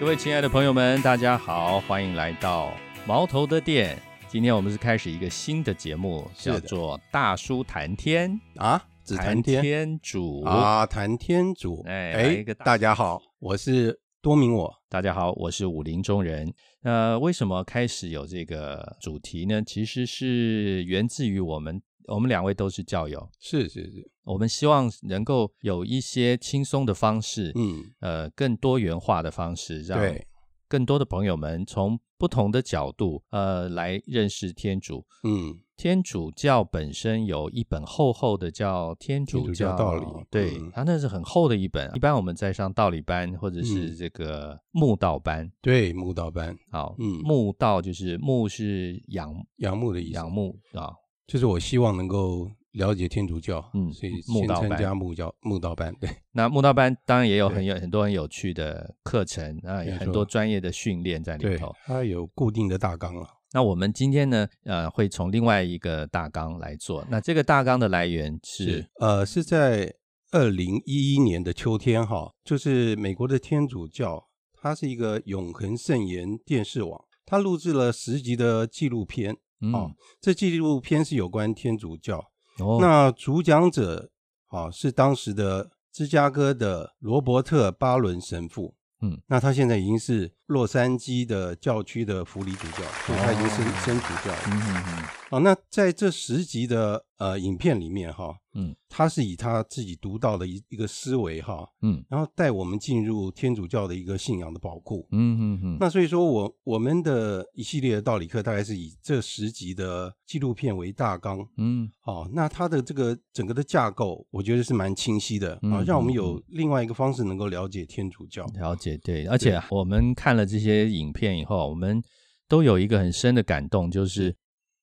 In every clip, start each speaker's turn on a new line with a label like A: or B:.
A: 各位亲爱的朋友们，大家好，欢迎来到毛头的店。今天我们是开始一个新的节目，
B: 是
A: 叫
B: 的
A: 做《大叔谈天
B: 啊，只谈天
A: 天主》
B: 啊，谈天主。
A: 哎
B: 哎、
A: 来一个大
B: 大家好，我是多明我。
A: 大家好，我是武林中人。呃，为什么开始有这个主题呢？其实是源自于我们，我们两位都是教友，
B: 是是是，
A: 我们希望能够有一些轻松的方式，
B: 嗯，
A: 呃，更多元化的方式，让
B: 对，
A: 更多的朋友们从不同的角度，呃，来认识天主。
B: 嗯，
A: 天主教本身有一本厚厚的叫《天
B: 天
A: 主
B: 主教道理
A: 对，
B: 嗯
A: 它那是很厚的一本。一般我们在上道理班或者是
B: 嗯
A: 这个慕道班，
B: 对，木道班，
A: 好，
B: 嗯
A: 慕道就是慕是仰
B: 仰慕的意思，
A: 仰慕啊，
B: 就是我希望能够了解天主教，
A: 嗯
B: 所以
A: 慕
B: 先
A: 道班
B: 参加木教木道班，对，
A: 那慕道班当然也有
B: 对
A: 很有很多很有趣的课程啊，有
B: 没错
A: 很多专业的训练在里
B: 对
A: 头。，
B: 它有固定的大纲啊了、
A: 那我们今天呢，呃，会从另外一个大纲来做。那这个大纲的来源是
B: 呃，是在二零一一年的秋天哈，就是美国的天主教，它是一个永恒圣言电视网，它录制了十集的纪录片。
A: 嗯
B: 哦，这纪录片是有关天主教。
A: 哦
B: 那主讲者啊是当时的芝加哥的罗伯特·巴伦神父。
A: 嗯，
B: 那他现在已经是洛杉矶的教区的福里主教，所以他已经升、
A: 哦
B: 升主教了。
A: 嗯嗯嗯
B: 哦，那在这十集的呃影片里面哈，
A: 嗯，
B: 他是以他自己独到的一一个思维哈，
A: 嗯
B: 然后带我们进入天主教的一个信仰的宝库。
A: 嗯嗯嗯，
B: 那所以说我我们的一系列的道理课大概是以这十集的纪录片为大纲。
A: 嗯
B: 哦，那它的这个整个的架构，我觉得是蛮清晰的啊，
A: 嗯
B: 让我
A: 嗯
B: 们有另外一个方式能够了解天主教。
A: 了解对，而且我们看了这些影片以后，我们都有一个很深的感动，就是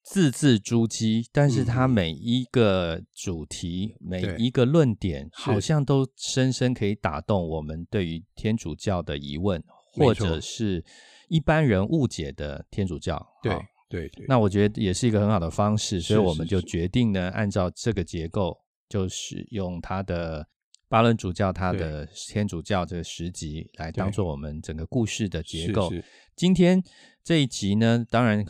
A: 字字珠玑，但是它
B: 嗯嗯
A: 每一个主题、每
B: 对
A: 一个论点，
B: 是
A: 好像都深深可以打动我们对于天主教的疑问，
B: 没
A: 或
B: 错
A: 者是一般人误解的天主教。
B: 对
A: 好
B: 对对，
A: 那我觉得也是一个很好的方式，所以
B: 是
A: 我
B: 是
A: 们就是决定呢，按照这个结构，就是用它的巴伦主教、它
B: 对
A: 的天主教这个十集来当
B: 对
A: 做我们整个故事的结
B: 是
A: 构。
B: 是
A: 今天这一集呢，当然，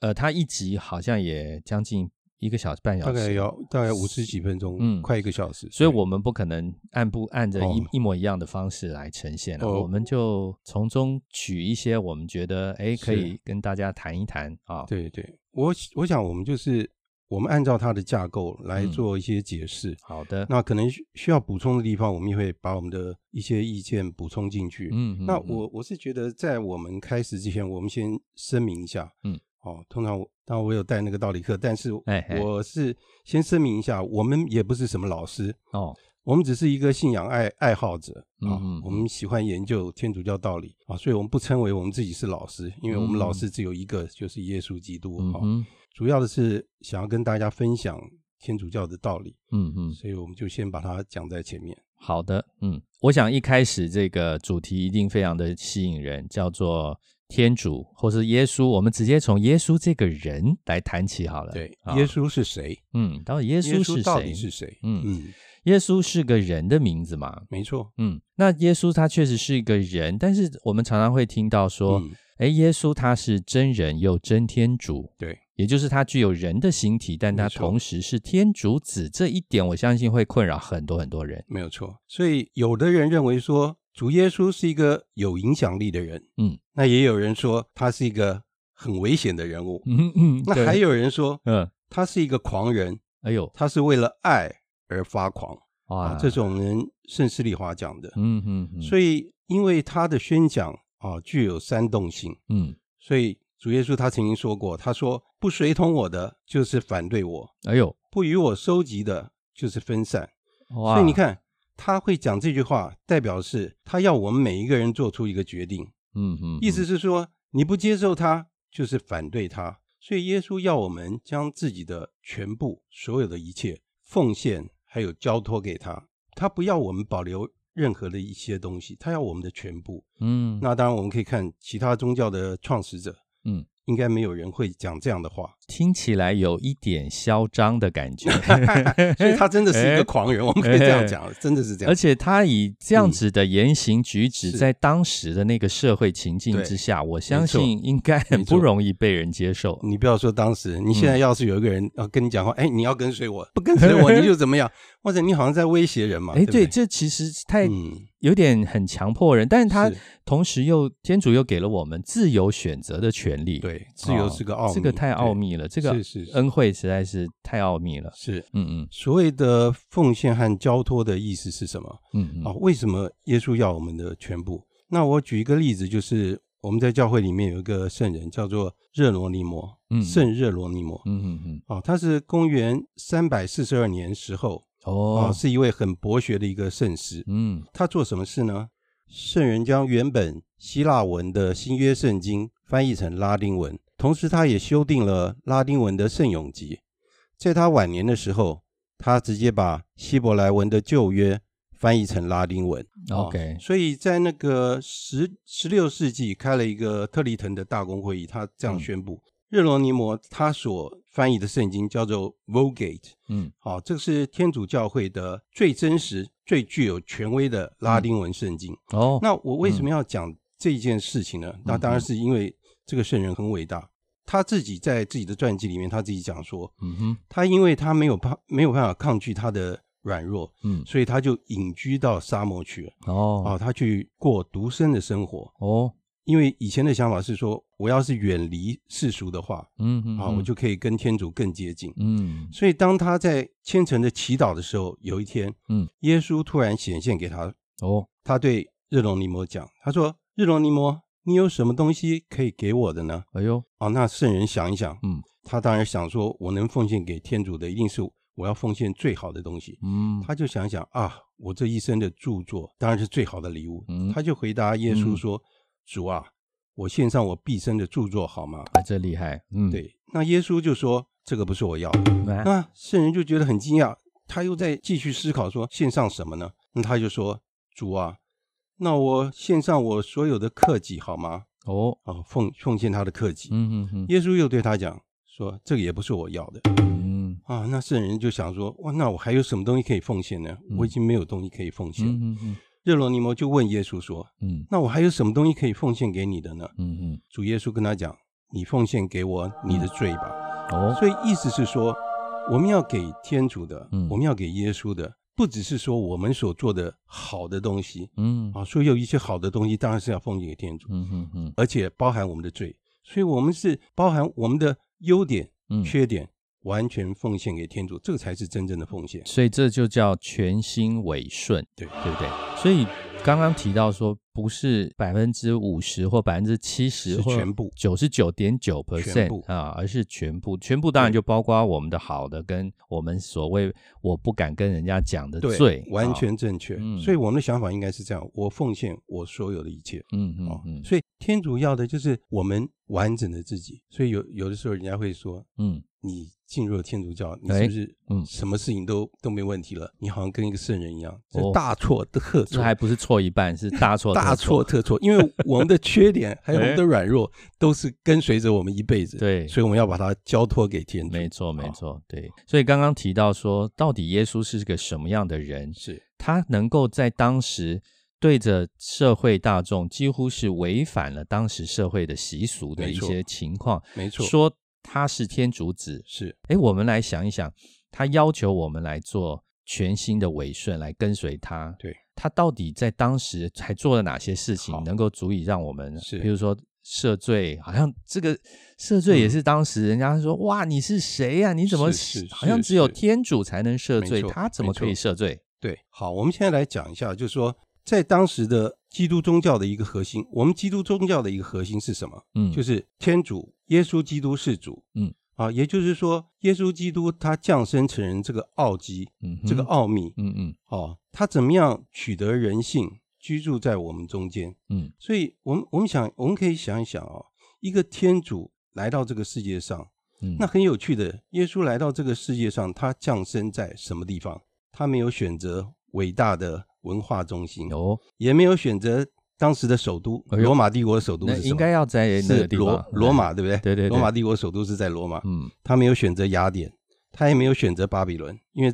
A: 呃，它一集好像也将近一个小时半小
B: 大概
A: 时，
B: 要大概五十几分钟，
A: 嗯
B: 快一个小时。
A: 所以
B: 对
A: 我们不可能按不按着一、
B: 哦
A: 一模一样的方式来呈现了、
B: 哦
A: 我们就从中取一些我们觉得哎可
B: 是
A: 以跟大家谈一谈啊。
B: 对对，我我想我们就是我们按照它的架构来
A: 嗯
B: 做一些解释，
A: 好的，
B: 那可能需需要补充的地方，我们也会把我们的一些意见补充进去。
A: 嗯，嗯
B: 那
A: 嗯
B: 我我是觉得，在我们开始之前，我们先声明一下，
A: 嗯，
B: 哦，通常我当然我有带那个道理课，但是
A: 哎哎
B: 我是先声明一下，我们也不是什么老师，
A: 哦，
B: 我们只是一个信仰爱爱好者
A: 嗯
B: 啊
A: 嗯嗯，
B: 我们喜欢研究天主教道理啊，所以我们不称为我们自己是老师，因为我
A: 嗯
B: 们老师只有一个，就是耶稣基督
A: 嗯
B: 啊。
A: 哼，
B: 主要的是想要跟大家分享天主教的道理，
A: 嗯嗯。
B: 所以我们就先把它讲在前面。
A: 好的，嗯，我想一开始这个主题一定非常的吸引人，叫做天主或是耶稣。我们直接从耶稣这个人来谈起好了。
B: 对，
A: 啊
B: 耶，稣是谁？
A: 嗯，到底耶
B: 耶
A: 稣是谁？
B: 到底是谁？
A: 嗯
B: 嗯，
A: 耶稣是个人的名字嘛？
B: 没错。
A: 嗯，那耶稣他确实是一个人，但是我们常常会听到说，
B: 嗯，
A: 哎、耶稣他是真人又真天主，
B: 对，
A: 也就是他具有人的形体，但他
B: 没错
A: 同时是天主子，这一点我相信会困扰很多很多人。
B: 没有错。所以有的人认为说主耶稣是一个有影响力的人，
A: 嗯，
B: 那也有人说他是一个很危险的人物，
A: 嗯嗯
B: 那还，有人说
A: 对嗯，
B: 他是一个狂人，
A: 哎呦，
B: 他是为了爱而发狂
A: 哇，
B: 啊，这是我们圣施利华讲的。
A: 嗯嗯嗯，
B: 所以因为他的宣讲啊具有煽动性，
A: 嗯，
B: 所以主耶稣他曾经说过，他说不随同我的就是反对我，
A: 哎呦，
B: 不与我收集的就是分散。
A: 哇，
B: 所以你，看，他会讲这句话，代表是他要我们每一个人做出一个决定，
A: 嗯嗯，
B: 意思是说你不接受他就是反对他。所以耶稣要我们将自己的全部、所有的一切奉献，还有交托给他。他不要我们保留任何的一些东西，他要我们的全部。
A: 嗯，
B: 那当然，我们可以看其他宗教的创始者，
A: 嗯，
B: 应该没有人会讲这样的话。
A: 听起来有一点嚣张的感 觉，
B: 所以他真的是一个狂人，我们可以这样讲，真的是这样
A: 哎而。且他以这样子的言行举止，
B: 嗯是
A: 在当时的那个社会情境
B: 对
A: 之下，我
B: 没
A: 相
B: 错
A: 信应该很
B: 没错嗯
A: 不容易被人接受。
B: 你不要说当时，你
A: 嗯
B: 现在要是有一个人要跟你讲话，哎、你要跟随我，不跟随我你就怎么样，或者你好像在威胁人嘛，
A: 哎，
B: 不
A: 对，这其实太
B: 嗯，
A: 有点很强迫人，但是他
B: 是
A: 同时又天主又给了我们自由选择的权利。哦，
B: 对，自由是个奥秘，
A: 这个太奥
B: 对，
A: 秘了，这个
B: 是是是
A: 恩惠实在是太奥秘了。
B: 是
A: 嗯嗯
B: 所谓的奉献和交托的意思是什么？
A: 嗯嗯
B: 啊，为什么耶稣要我们的全部？那我举一个例子，就是我们在教会里面有一个圣人叫做热罗尼摩，
A: 嗯
B: 圣热罗尼摩，
A: 嗯嗯嗯，
B: 哦，他是公元三百四十二年时候，哦，
A: 哦，
B: 是一位很博学的一个圣师。
A: 嗯
B: 他做什么事呢？圣人将原本希腊文的新约圣经翻译成拉丁文，同时他也修订了拉丁文的圣咏集。在他晚年的时候，他直接把希伯来文的旧约翻译成拉丁文。
A: ，OK，
B: 所以在那个十十六世纪开了一个特立腾的大公会议，他这样
A: 嗯
B: 宣布：热罗尼摩他所翻译的圣经叫做 Vulgate，
A: 嗯
B: 好、哦这是天主教会的最真实、最具有权威的拉丁文圣经。
A: 哦，
B: 那我为什么要讲这件事情呢？
A: 嗯
B: 那当然是因为这个圣人很伟大，他自己在自己的传记里面他自己讲说，
A: 嗯哼
B: 他因为他没有怕没有办法抗拒他的软弱，
A: 嗯
B: 所以他就隐居到沙漠去了。
A: 哦
B: 哦，他去过独身的生活，
A: 哦
B: 因为以前的想法是说，我要是远离世俗的话，
A: 嗯嗯，
B: 啊、
A: 嗯
B: 我就可以跟天主更接近。
A: 嗯
B: 所以，当他在虔诚的祈祷的时候，有一天，
A: 嗯，
B: 耶稣突然显现给他，
A: 哦
B: 他对热龙尼摩讲：“他说，热龙尼摩，你有什么东西可以给我的呢
A: 哎呦？”
B: 哦，那圣人想一想，
A: 嗯
B: 他当然想说，我能奉献给天主的，一定是我要奉献最好的东西。
A: 嗯
B: 他就想一想啊，我这一生的著作当然是最好的礼物。
A: 嗯
B: 他就回答耶稣
A: 嗯
B: 说：“主啊，我献上我毕生的著作好吗
A: 啊，这厉害，嗯？”，
B: 对，那耶稣就说：“这个不是我要的。”
A: 哎
B: 那圣人就觉得很惊讶，他又在继续思考说献上什么呢？那他就说：“主啊，那我献上我所有的克己好吗
A: 哦？”，
B: 啊，奉奉献他的克己。
A: 嗯嗯嗯
B: 耶稣又对他讲说：“这个也不是我要的
A: 嗯
B: 啊。”那圣人就想说：“哇，那我还有什么东西可以奉献呢？我已经没有东西可以奉献。
A: 嗯嗯
B: 热罗尼摩就问耶稣说
A: 嗯：“
B: 那我还有什么东西可以奉献给你的呢
A: 嗯嗯，？”
B: 主耶稣跟他讲：“你奉献给我你的罪吧。”
A: 哦，
B: 所以意思是说，我们要给天主的
A: 嗯，
B: 我们要给耶稣的，不只是说我们所做的好的东西
A: 嗯
B: 啊，所以有一些好的东西当然是要奉献给天主，
A: 嗯嗯嗯
B: 而且包含我们的罪，所以我们是包含我们的优点、
A: 嗯，
B: 缺点，完全奉献给天主，这个才是真正的奉献。
A: 所以这就叫全心委顺，
B: 对
A: 对不对？所以刚刚提到说，不是百分之五十或百分之七十
B: 是
A: 或
B: 全部
A: 九十九点九
B: 全
A: percent
B: 部
A: 啊，而是全部，全部当然
B: 对
A: 就包括我们的好的跟我们所谓我不敢跟人家讲的
B: 对，
A: 罪，
B: 完
A: 啊
B: 全正确。
A: 嗯
B: 所以我们的想法应该是这样：我奉献我所有的一切。
A: 嗯
B: 哦
A: 嗯，嗯
B: 所以天主要的就是我们完整的自己。所以有有的时候人家会说，
A: 嗯，
B: 你进入了天主教，你
A: 哎
B: 是不是
A: 嗯
B: 什么事情都、都没问题了？你好像跟一个圣人一样，这
A: 哦
B: 大错特
A: 这
B: 错，
A: 还不是错一半，是大错
B: 大
A: 特
B: 错特错。因为我们的缺点还有我们的软弱，都是跟随着我们一辈子。
A: 对
B: 所以我们要把它交托给天主。
A: 没错，没
B: 好
A: 错，对。所以刚刚提到说，到底耶稣是个什么样的人？
B: 是
A: 他能够在当时对着社会大众，几乎是违反了当时社会的习俗的
B: 没
A: 一
B: 错
A: 些情况，
B: 没错，
A: 说他是天主子。
B: 是
A: 哎，我们来想一想，他要求我们来做全心的委顺，来跟随他。
B: 对，
A: 他到底在当时还做了哪些事情
B: 好，
A: 能够足以让我们，
B: 是
A: 比如说赦罪，好像这个赦罪也
B: 嗯
A: 是当时人家说，哇，你是谁呀、你怎么
B: 是是
A: 好像
B: 是
A: 只有
B: 是
A: 天主才能赦
B: 没
A: 罪，
B: 错
A: 他怎么
B: 没
A: 可以
B: 错
A: 赦罪？
B: 对，好，我们现在来讲一下，就是说，在当时的基督宗教的一个核心，我们基督宗教的一个核心是什么？
A: 嗯，
B: 就是是天主耶稣基督是主。
A: 嗯，
B: 啊，也就是说，耶稣基督他降生成人这个奥基，
A: 嗯
B: 这个
A: 哼
B: 奥秘，
A: 嗯嗯
B: 哦，他怎么样取得人性，居住在我们中间？
A: 嗯，
B: 所以我们我们想，我们可以想一想哦，一个天主来到这个世界上，
A: 嗯，
B: 那很有趣的，耶稣来到这个世界上，他降生在什么地方？他没有选择伟大的文化中心，
A: 有
B: 也没有选择当时的首都，
A: 哎呦
B: 罗马帝国的首都
A: 那
B: 是什
A: 应
B: 么
A: 该要在那
B: 是
A: 个地方哎
B: 罗，罗马，对不对？
A: 对对对
B: 罗马帝国首都是在罗马。
A: 嗯，
B: 他没有选择雅典，他也没有选择巴比伦，因为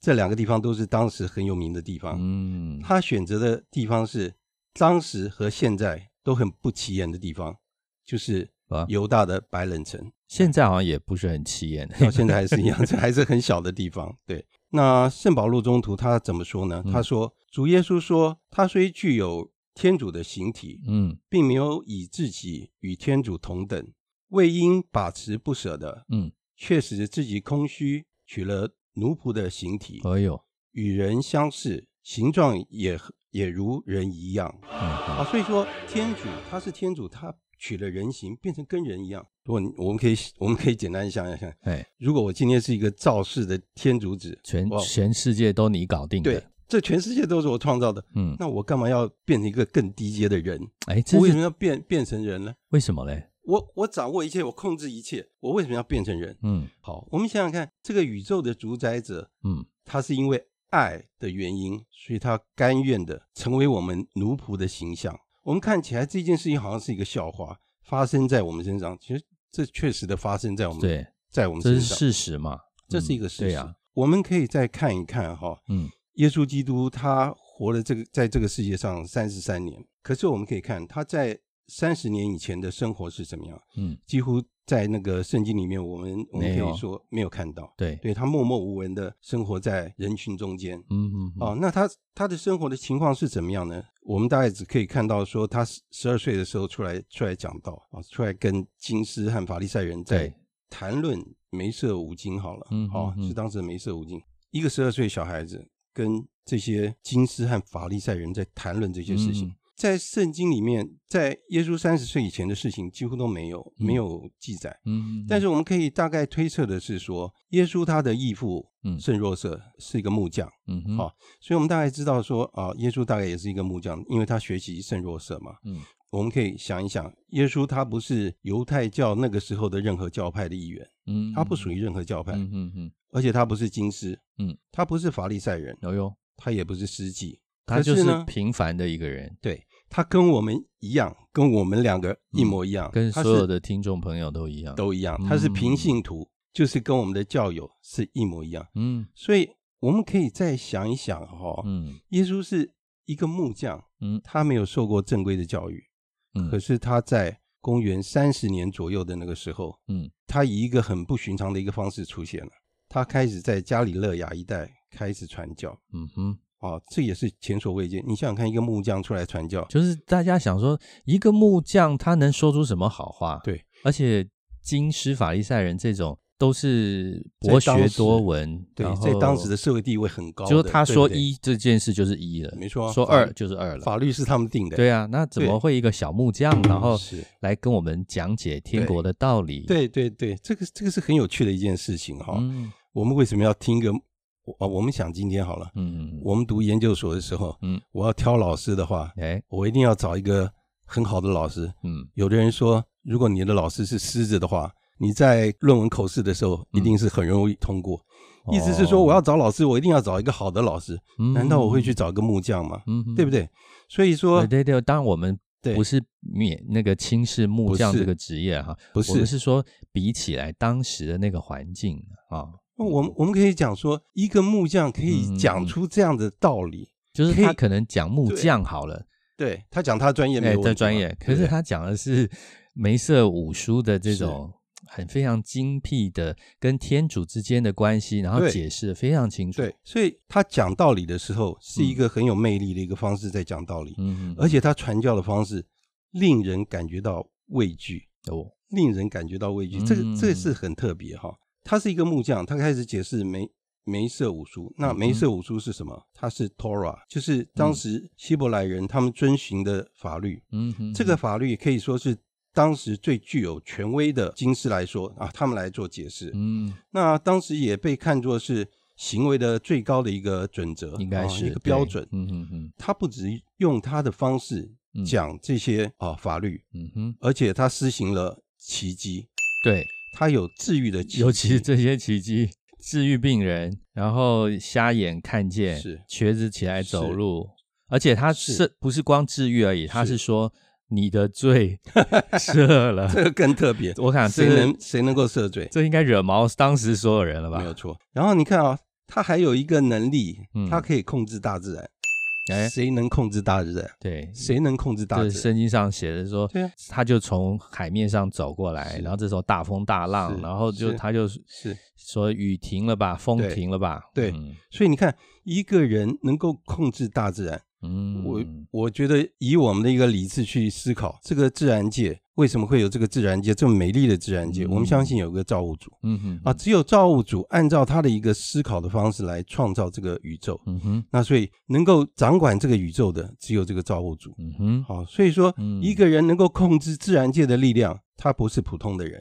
B: 这两个地方都是当时很有名的地方。
A: 嗯
B: 他选择的地方是当时和现在都很不起眼的地方，就是
A: 啊
B: 犹大的白冷城，
A: 现在好像也不是很起眼，
B: 到现在还是一样， 这还是很小的地方。对，那圣保禄中途他怎么说呢？
A: 嗯
B: 他说：“主耶稣说，他虽具有天主的形体，
A: 嗯
B: 并没有以自己与天主同等，为因把持不舍的，
A: 嗯，
B: 确实自己空虚，取了奴仆的形体，
A: 哎呦，
B: 与人相似，形状也也如人一样
A: 嗯
B: 啊。所以说，天主他是天主，他取了人形，变成跟人一样。如果你我们可以我们可以简单想想看，
A: 哎，
B: 如果我今天是一个造世的天主子，
A: 全
B: 哇
A: 全世界都你搞定
B: 对
A: 的，，
B: 这全世界都是我创造的，
A: 嗯，
B: 那我干嘛要变成一个更低阶的人？
A: 哎，这
B: 我为什
A: 是
B: 么要变变成人呢？
A: 为什么嘞？
B: 我我掌握一切，我控制一切，我为什么要变成人？
A: 嗯
B: 好，我们想想看，这个宇宙的主宰者，
A: 嗯，
B: 他是因为爱的原因，所以他甘愿的成为我们奴仆的形象。我们看起来这件事情好像是一个笑话，发生在我们身上，其实这确实的发生在我们，
A: 对，
B: 在我们
A: 这是
B: 身上，
A: 事实嘛，
B: 这
A: 嗯
B: 是一个事实。
A: 对呀，
B: 我们可以再看一看哈、
A: 嗯
B: 耶稣基督他活了这个在这个世界上三十三年，可是我们可以看他在三十年以前的生活是怎么样。
A: 嗯，
B: 几乎在那个圣经里面，我们我们
A: 没
B: 可
A: 有
B: 以说没有看到，
A: 对，
B: 对他默默无闻的生活在人群中间。
A: 嗯嗯嗯
B: 哦，那他他的生活的情况是怎么样呢？我们大概只可以看到说，他十二岁的时候出来出来讲道啊，出来跟经师和法利赛人在
A: 对，
B: 谈论梅瑟五经好了，
A: 嗯
B: 好、
A: 嗯嗯
B: 是当时的梅瑟五经，一个十二岁小孩子跟这些经师和法利赛人在谈论这些事情。
A: 嗯
B: 在圣经里面，在耶稣三十岁以前的事情几乎都没有，
A: 嗯
B: 没有记载。
A: 嗯，
B: 但
A: 是
B: 是我们可以大概推测的是说，耶稣他的义父
A: 嗯
B: 圣若瑟是一个木匠，
A: 嗯哼
B: 好所以我们大概知道说啊，耶稣大概也是一个木匠，因为他学习圣若瑟嘛。
A: 嗯
B: 我们可以想一想，耶稣他不是犹太教那个时候的任何教派的一员，
A: 嗯，
B: 他不属
A: 于
B: 于任何教派，
A: 嗯嗯嗯，
B: 而且他不是经师，
A: 嗯，
B: 他不是法利赛人，
A: 有有，
B: 他也不是司祭，
A: 他
B: 可
A: 就是是
B: 呢
A: 平凡的一个人，
B: 对他跟我们一样，跟我们两个一模一样，
A: 嗯跟
B: 他
A: 所
B: 是
A: 有的听众朋友都一样，
B: 都一样
A: 嗯，
B: 他是平信徒，就是跟我们的教友是一模一样，
A: 嗯
B: 所以我们可以再想一想哈、哦，
A: 嗯
B: 耶稣是一个木匠，
A: 嗯
B: 他没有受过正规的教育，
A: 嗯，
B: 可是他在公元三十年左右的那个时候，
A: 嗯
B: 他以一个很不寻常的一个方式出现了，他开始在加里勒亚一带开始传教。
A: 嗯哼，
B: 哦，这也是前所未见。你想想看，一个木匠出来传教，
A: 就是大家想说，一个木匠他能说出什么好话？
B: 对，
A: 而且经师法利赛人这种都是
B: 在
A: 博学
B: 当时
A: 多闻，
B: 对
A: 然，后
B: 在当时的社会地位很高的，
A: 就是他说
B: 对不对
A: 一这件事就是一了，
B: 没错啊
A: 说
B: 法律
A: 二就是二了。
B: 法律是他们定的，
A: 对啊，那怎么
B: 对
A: 会一个小木匠，然后
B: 是
A: 来跟我们讲解天国的道理？，
B: 对对对，这个这个是很有趣的一件事情哈、
A: 嗯
B: 我们为什么要听一个？我我们想今天好了，
A: 嗯，
B: 我们读研究所的时候，
A: 嗯，
B: 我要挑老师的话，
A: 哎，
B: 我一定要找一个很好的老师。
A: 嗯
B: 有的人说，如果你的老师是狮子的话，你在论文口试的时
A: 嗯
B: 候一定是很容易通过。意思是说，我要找老师，我一定要找一个好的老师。
A: 哦嗯
B: 难道我会去找一个木匠吗？
A: 嗯哼
B: 对不？对？所以说
A: 对，对对，当然我们
B: 对
A: 不是免那个轻视木
B: 不
A: 匠这
B: 是
A: 个职业哈，
B: 不
A: 我们
B: 是
A: 是说比起来当时的那个环境啊，
B: 我们我们可以讲说，一个木匠可
A: 嗯嗯
B: 以
A: 嗯
B: 讲出这样的道理。
A: 就是
B: 可
A: 他
B: 以
A: 可能讲木
B: 对
A: 匠好了，
B: 对他讲他专业没
A: 哎，
B: 有问题嘛，
A: 这专业，可
B: 对不
A: 是
B: 对
A: 他讲的是梅瑟五书的这种很非常精辟的跟天主之间的关系，然后
B: 对
A: 解释的非常清楚。
B: 对，所以他讲道理的时候是一个很有魅力的一个方式在讲道理，
A: 嗯嗯，嗯，
B: 而且他传教的方式令人感觉到畏惧，
A: 哦，
B: 令人感觉到畏惧，这个
A: 嗯
B: 这个是很特别哈。他是一个木匠，他开始解释梅梅瑟五书。那
A: 嗯
B: 梅瑟五书是什么？它是 Torah，就是当时希伯来人他们遵循的法律。
A: 嗯哼，
B: 这个法律也可以说是当时最具有权威的经师来说啊，他们来做解释。
A: 嗯，
B: 那当时也被看作是行为的最高的一个准则，
A: 应该
B: 啊
A: 是
B: 一个
A: 对
B: 标准。
A: 嗯嗯嗯
B: 他不只用他的方式
A: 嗯
B: 讲这些啊、法律，
A: 嗯哼，
B: 而且他施行了奇迹，
A: 对，
B: 他有治愈的奇迹，
A: 尤其是这些奇迹。治愈病人，然后瞎眼看见，
B: 是
A: 瘸子起来走路，而且他
B: 是
A: 是不是光治愈而已？他是
B: 是
A: 说你的 罪赦了。
B: 这个更特别。
A: 我想这
B: 谁
A: 个
B: 能谁能够赦罪？
A: 这应该惹毛当时所有人 了吧？
B: 没有错。然后你看啊，他还有一个能力
A: 嗯，
B: 他可以控制大自然。
A: 哎，
B: 谁能控制大自然？
A: 对，
B: 谁能控制大
A: 这
B: 自然？
A: 圣经上写的说，
B: 对啊
A: 他就从海面上走过来，
B: 是
A: 然后这时候大风大浪，
B: 是
A: 然后就是他就是说雨停了吧，风
B: 对
A: 停了吧，
B: 对
A: 嗯
B: 所以你看，一个人能够控制大自然，
A: 嗯，
B: 我我觉得以我们的一个理智去思考，这个自然界为什么会有这个自然界这么美丽的自然界？
A: 嗯
B: 我们相信有一个造物主
A: 嗯哼
B: 啊，，只有造物主按照他的一个思考的方式来创造这个宇宙。
A: 嗯哼，
B: 那所以能够掌管这个宇宙的，只有这个造物主。
A: 嗯哼，
B: 好，所以说
A: 嗯
B: 一个人能够控制自然界的力量，他不是普通的人。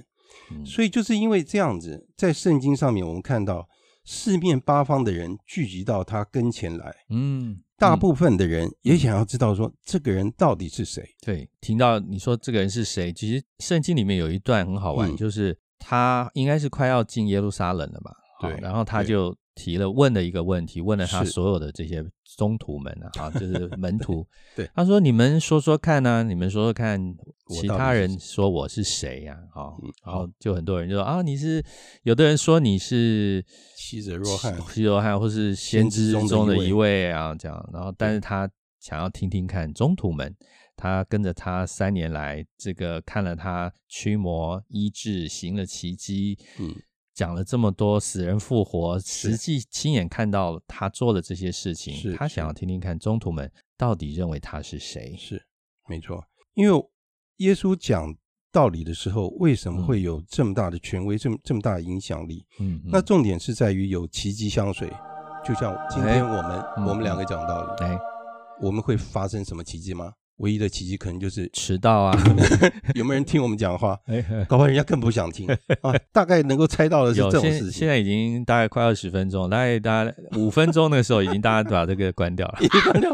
A: 嗯
B: 所以就是因为这样子，在圣经上面我们看到四面八方的人聚集到他跟前来，
A: 嗯，
B: 大
A: 嗯
B: 部分的人也想要知道说这个人到底是谁。
A: 对，听到你说这个人是谁，其实圣经里面有一段很好玩，
B: 嗯
A: 就是他应该是快要进耶路撒冷了吧？好
B: 对
A: 然后他
B: 对
A: 就提了问了一个问题，问了他
B: 是。
A: 所有的这些宗徒们啊，啊就是门徒
B: 对
A: 他说：“你们说说看呢、你们说说看，
B: 我
A: 其
B: 到底
A: 他
B: 是
A: 人
B: 谁
A: 说我是谁呀、啊？”哦
B: 嗯，
A: 然后就很多人就说：“啊，你是有的人说你是
B: 妻者若 翰
A: 希罗汉或是先知
B: 先
A: 中
B: 知中
A: 的
B: 的
A: 一
B: 一
A: 位啊，这样。然后，但是他想要听听看中途们，他跟着他三年来，这个看了他驱魔、医治、行了奇迹，
B: 嗯，
A: 讲了这么多死人复活，实际亲眼看到他做的这些事情，
B: 是
A: 他想
B: 是
A: 要听听看中途们到底认为他是谁。
B: 是没错，因为耶稣讲道理的时候，为什么会有这么大的权威，这么这么大的影响力？
A: 嗯，
B: 那重点是在于有奇迹相随。就像今
A: 哎
B: 天我们、
A: 嗯
B: 我们两个讲道理，
A: 嗯哎，
B: 我们会发生什么奇迹吗？唯一的奇迹可 能就是
A: 迟到啊，
B: 有没有人听我们讲话，
A: 哎
B: 搞不好人家更不想听啊。大概能够猜到 的是
A: 有，
B: 这种
A: 现
B: 事
A: 现
B: 情，
A: 在已经大概快二十分钟，大概大概五分钟那个时候，已经大家把这个关 掉了。
B: 一般都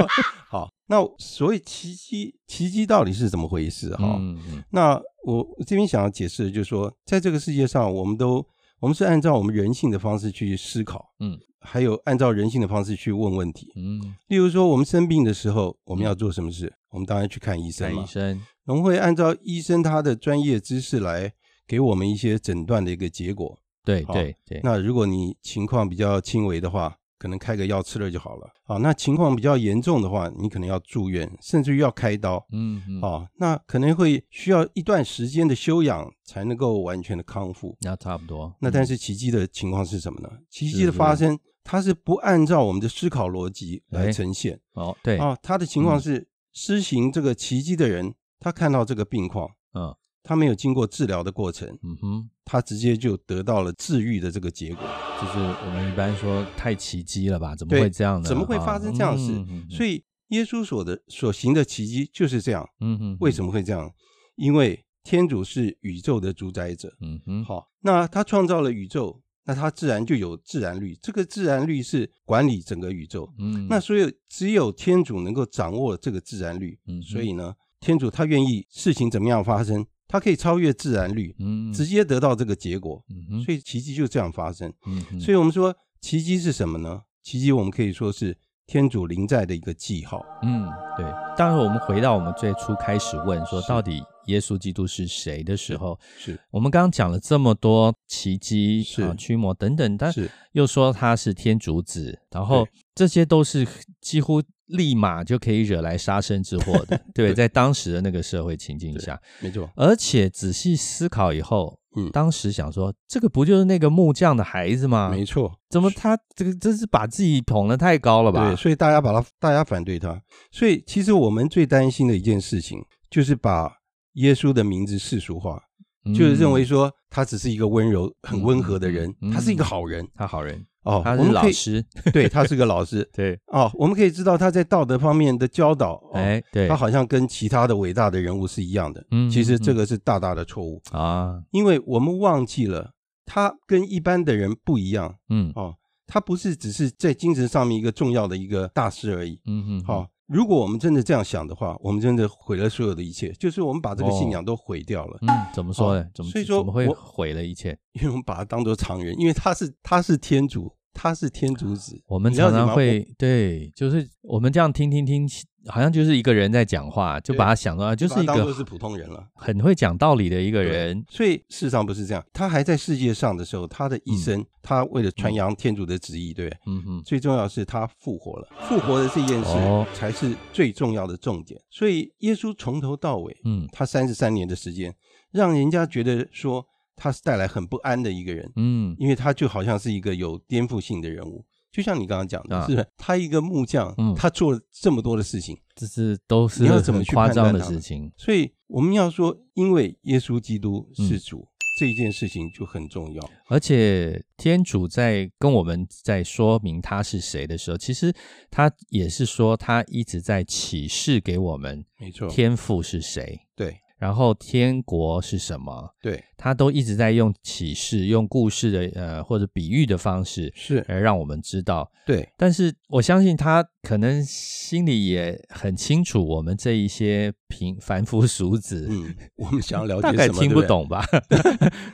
B: 好。那所以奇迹奇迹到底是怎么回事？哈、
A: 嗯嗯
B: 那我这边想要解释的就是说，在这个世界上，我们都我们是按照我们人性的方式去思考，
A: 嗯，
B: 还有按照人性的方式去问问题。
A: 嗯，
B: 例如说，我们生病的时候，我们要做什么事？我们当然去看医生
A: 看
B: 嘛
A: 医。生，
B: 我们会按照医生他的专业知识来给我们一些诊断的一个结果。
A: 对
B: 好
A: 对对，
B: 那如果你情况比较轻微的话，可能开个药吃了就好了。啊，那情况比较严重的话，你可能要住院，甚至于要开刀。
A: 嗯嗯，
B: 哦，那可能会需要一段时间的休养才能够完全的康复。
A: 那差不多。
B: 那但
A: 嗯
B: 是奇迹的情况是什么呢？奇
A: 是
B: 迹的发生，它是不按照我们的思考逻辑来
A: 哎
B: 呈现
A: 哦，对，
B: 啊。它的情况
A: 嗯
B: 是，施行这个奇迹的人，他看到这个病况，
A: 嗯
B: 他没有经过治疗的过程，
A: 嗯哼，
B: 他直接就得到了治愈的这个结果。
A: 就是我们一般说太奇迹了吧？怎么
B: 对
A: 会这样呢？啊嗯
B: 怎么会发生这样的事？所
A: 以，
B: 以耶稣所的所行的奇迹就是这样。
A: 嗯哼，
B: 为什
A: 么？
B: 么会这样？因为天主是宇宙的主宰者。
A: 嗯哼，
B: 好，那他创造了宇宙，那他自然就有自然律。这个自然律是管理整个宇宙。
A: 嗯，
B: 那所以只有天主能够掌握这个自然律。
A: 嗯哼
B: 所以呢，天主他愿意事情怎么样发生，他可以超越自然律，
A: 嗯，
B: 直接得到这个结果。
A: 嗯哼，
B: 所以奇迹就这样发生。
A: 嗯哼，
B: 所以我们说奇迹是什么呢？奇迹我们可以说是天主临在的一个记号。
A: 嗯，对。当然，我们回到我们最初开始问说，
B: 是
A: 到底耶稣基督是谁的时候，
B: 是
A: 我们刚刚讲了这么多奇迹、
B: 是
A: 啊、驱魔等等，但
B: 是
A: 又说他是天主子，然后
B: 对
A: 这些都是几乎立马就可以惹来杀身之祸 的，对不对？在当时的那个社会情境下，
B: 没错。
A: 而且仔细思考以后，
B: 嗯
A: 当时想说，这个不就是那个木匠的孩子吗？
B: 没错，
A: 怎么他这个真是把自己捧得太高了吧
B: 对，？所以大家把他，大家反对他。所以其实我们最担心的一件事情，就是把耶稣的名字世俗化，
A: 嗯
B: 就是认为说他只是一个温柔、很温和的人，
A: 嗯嗯
B: 他是一个好人
A: 他好人，
B: 哦。
A: 他
B: 我
A: 是
B: 们
A: 老
B: 可以，
A: 师，
B: 对他是个老师
A: 对，
B: 哦。我们可以知道他在道德方面的教导，哦、
A: 哎，对，
B: 他好像跟其他的伟大的人物是一样的。
A: 嗯
B: 其实这
A: 嗯
B: 个是大大的错误，
A: 啊，
B: 因为我们忘记了他跟一般的人不一样
A: 嗯
B: 哦。他不是只是在精神上面一个重要的一个大师而已，
A: 嗯嗯，
B: 好、如果我们真的这样想的话，我们真的毁了所有的一切，就是我们把这个信仰都毁掉了，
A: 嗯，怎么说呢？
B: 好
A: 怎么
B: 所以说
A: 怎么会
B: 我
A: 毁了一切？
B: 因为我们把它当做常人，因为他是他是天主，他是天主子。
A: 我们
B: 你了
A: 常
B: 解吗
A: 常
B: 我
A: 会对，就是我们这样听听听，好像就是一个人在讲话，就把他想到啊，就
B: 把
A: 是
B: 他
A: 一
B: 当做
A: 个
B: 是普通人 了。
A: 很会讲道理的一个
B: 对
A: 人。
B: 所以事实上不是这样。他还在世界上的时候，他的一生，他为了传扬天主的旨意，对不对？
A: 嗯哼，
B: 最重要的是他复活了，复活的这件
A: 哦
B: 事才是最重要的重点。所以耶稣从头到尾，
A: 嗯
B: 他三十三年的时间，让人家觉得说他是带来很不安的一个人，
A: 嗯
B: 因为他就好像是一个有颠覆性的人物。就像你刚刚讲的，
A: 啊
B: 是不是？他一个木匠
A: 嗯，
B: 他做了这么多的事情，
A: 这是都是
B: 你要怎么
A: 很
B: 去
A: 夸
B: 判断
A: 张的
B: 他
A: 事
B: 们
A: 情。
B: 所以我们要说，因为耶稣基督
A: 嗯
B: 是主、这一件事情就很重要。
A: 而且天主在跟我们在说明他是谁的时候，其实他也是说他一直在启示给我们
B: 没错，
A: 天父是谁，
B: 对
A: 然后天国是什么，
B: 对
A: 他都一直在用启示、用故事的呃或者比喻的方式
B: 是，
A: 来让我们知道。
B: 对
A: 但是我相信他可能心里也很清楚，我们这一些平凡夫俗子，
B: 嗯，我们想要了解
A: 大
B: 什么，
A: 概听不
B: 对对
A: 懂 吧？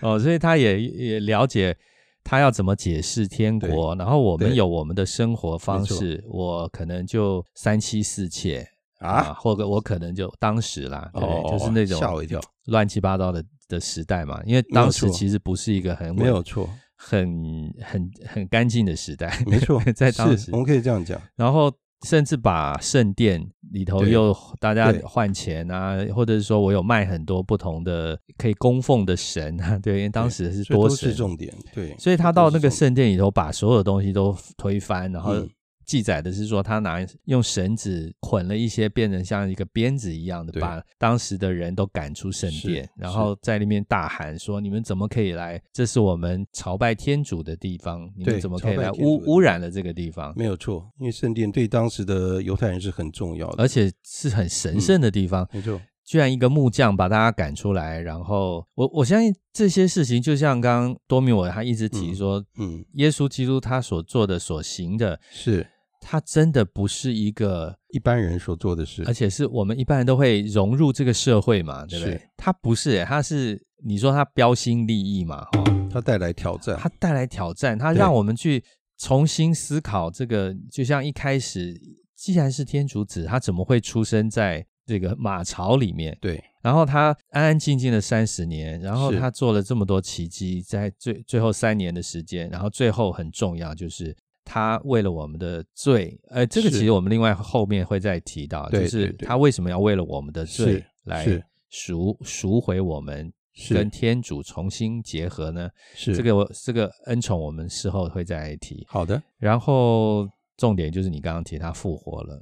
A: 哦，所以他也也了解他要怎么解释天国，然后我们
B: 对
A: 有我们的生活方式，我可能就三妻四妾
B: 啊，
A: 或者我可能就当时啦，对不对，就是那
B: 哦吓我一
A: 种
B: 跳，
A: 乱七八糟的的时代嘛，因为
B: 没有
A: 当时
B: 错
A: 其实不是一个很
B: 没有错，
A: 很很很干净的时代，，
B: 没错
A: 在当时
B: 是我们可以这样讲，
A: 然后甚至把圣殿里头
B: 对
A: 又大家
B: 对
A: 换钱啊，或者是说我有卖很多不同的可以供奉的神啊，对，因为当时是
B: 所以
A: 多
B: 都
A: 神
B: 是，重点，对，
A: 所以他到那个
B: 都是重
A: 圣殿里头把所有东西都推翻，然后
B: 嗯
A: 记载的是说他拿用绳子捆了一些变成像一个鞭子一样的，
B: 对
A: 把当时的人都赶出圣殿
B: 是，
A: 然后在那边大喊说：“你们怎么可以来？这是我们朝拜天主的地方，你们
B: 对
A: 怎么可以
B: 朝拜
A: 来
B: 天主
A: 污
B: 的地
A: 污染了这个地方？”
B: 没有错，因为圣殿对当时的犹太人是很重要的，
A: 而且是很神
B: 嗯
A: 圣的地方，
B: 没错，
A: 居然一个木匠把大家赶出来，然后我我相信这些事情，就像刚刚多米我他一直提说，
B: 嗯，
A: 耶稣基督他所做的、所行的，
B: 是
A: 他真的不是一个，
B: 一般人所做的事
A: 而，且是我们一般人都会融入这个社会嘛，对不对
B: 是？
A: 他不是、他是你说他标新立异嘛，哦，
B: 它带来挑战，
A: 它带来挑战，它
B: 对
A: 让我们去重新思考这个。就像一开始，既然是天主子，他怎么会出生在这个马槽里面？
B: 对，
A: 然后他安安静静的三十年，然后
B: 是
A: 他做了这么多奇迹，在最最后三年的时间，然后最后很重要就是。他为了我们的罪，呃，这个
B: 是
A: 其实我们另外后面会再提到，
B: 对
A: 就是
B: 对对
A: 他为什么要为了我们的罪
B: 是
A: 来
B: 是
A: 赎赎回我们，跟
B: 是
A: 天主重新结合呢？
B: 是
A: 这个我这个恩宠我们事后会再提。
B: 好的。
A: 然后重点就是你刚刚提他复活了，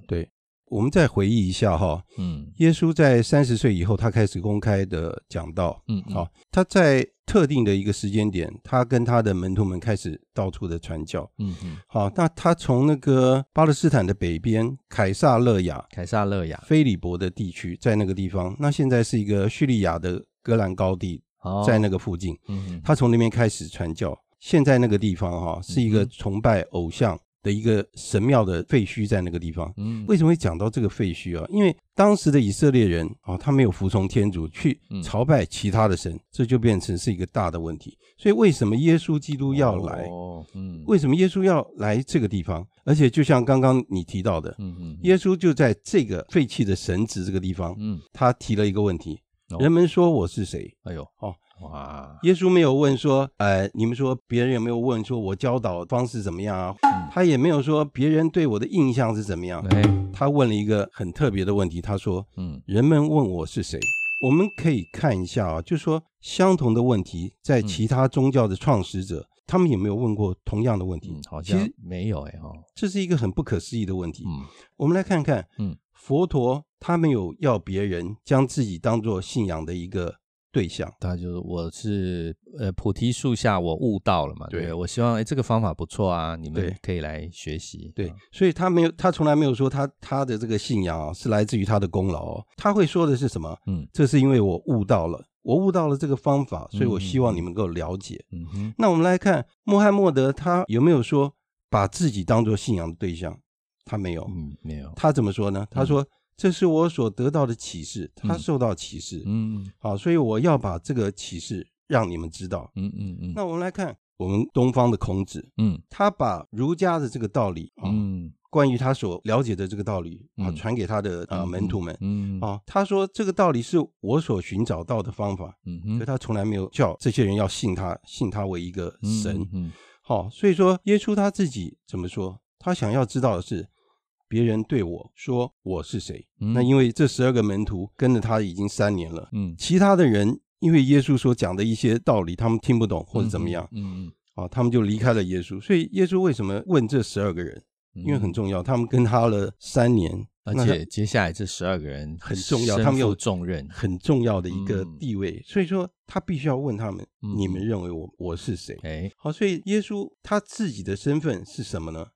B: 我们再回忆一下哈，
A: 嗯
B: 耶稣在三十岁以后，他开始公开的讲道。
A: 嗯嗯
B: 好、他在特定的一个时间点，他跟他的门徒们开始到处的传教。
A: 嗯嗯，
B: 好，那他从那个巴勒斯坦的北边凯撒勒雅、
A: 凯撒勒雅，
B: 菲利伯的地区，在那个地方，那现在是一个叙利亚的戈兰高地，
A: 哦，
B: 在那个附近，
A: 嗯嗯
B: 他从那边开始传教。现在那个地方哈、是一个
A: 嗯哼
B: 崇拜偶像的一个神庙的废墟，在那个地方。
A: 嗯
B: 为什么会讲到这个废墟啊？因为当时的以色列人啊、哦，他没有服从天主，去
A: 嗯
B: 朝拜其他的神，这就变成是一个大的问题。所以为什么耶稣基督要来？
A: 哦嗯
B: 为什么耶稣要来这个地方？而且就像刚刚你提到的，
A: 嗯嗯
B: 耶稣就在这个废弃的神职这个地方，
A: 嗯，
B: 他提了一个问题
A: 哦：
B: 人们说我是谁？
A: 哎呦
B: 哦
A: 哇，
B: 耶稣没有问说，呃，你们说别人有没有问说我教导方式怎么样啊？
A: 嗯
B: 他也没有说别人对我的印象是怎么样。
A: 哎
B: 他问了一个很特别的问题，他说
A: 嗯：“
B: 人们问我是谁。”我们可以看一下啊，就说相同的问题，在
A: 嗯
B: 其他宗教的创始者，他们有没有问过同样的问题
A: 嗯？好
B: 其
A: 像
B: 实
A: 没有哎哦，
B: 这是一个很不可思议的问题。
A: 嗯
B: 我们来看看，
A: 嗯，
B: 佛陀他没有要别人将自己当做信仰的一个对象，
A: 他就是我是呃菩提树下我悟到了嘛，
B: 对
A: 对我希望哎这个方法不错啊，你们
B: 对
A: 可以来学习，
B: 对
A: 啊，
B: 所以他没有，他从来没有说他他的这个信仰啊是来自于他的功劳、哦，他会说的是什么？
A: 嗯
B: 这是因为我悟到了，我悟到了这个方法，所以我
A: 嗯
B: 希望你们能够了解。
A: 嗯哼
B: 那我们来看穆罕默德他有没有说把自己当做信仰的对象？他没有，
A: 嗯没有
B: 他怎么说呢？他说：“这是我所得到的启示，他受到启示，啊
A: 嗯
B: 好，所以我要把这个启示让你们知道。
A: 嗯嗯嗯
B: 那我们来看我们东方的孔子，
A: 嗯
B: 他把儒家的这个道理啊，
A: 嗯
B: 关于他所了解的这个道理啊，
A: 嗯
B: 传给他的啊、
A: 嗯
B: 门徒们
A: 嗯
B: 啊，他说这个道理是我所寻找到的方法，
A: 嗯哼
B: 可他从来没有叫这些人要信他，信他为一个神。
A: 嗯
B: 好、所以说耶稣他自己怎么说？他想要知道的是别人对我说我是谁。
A: 嗯
B: 那因为这十二个门徒跟着他已经三年了，
A: 嗯
B: 其他的人因为耶稣所讲的一些道理，他们听不懂或者怎么样，
A: 嗯嗯
B: 啊，他们就离开了耶稣。所以耶稣为什么问这十二个人？
A: 嗯，
B: 因为很重要，他们跟他了三年，
A: 而
B: 那
A: 且接下来这十二个人
B: 很重要
A: 身
B: 他们
A: 负
B: 有
A: 重任，
B: 很重要的一个
A: 嗯
B: 地位，所以说他必须要问他们：
A: 嗯
B: 你们认为我我是谁？
A: 哎，
B: 好，所以耶稣他自己的身份是什么呢？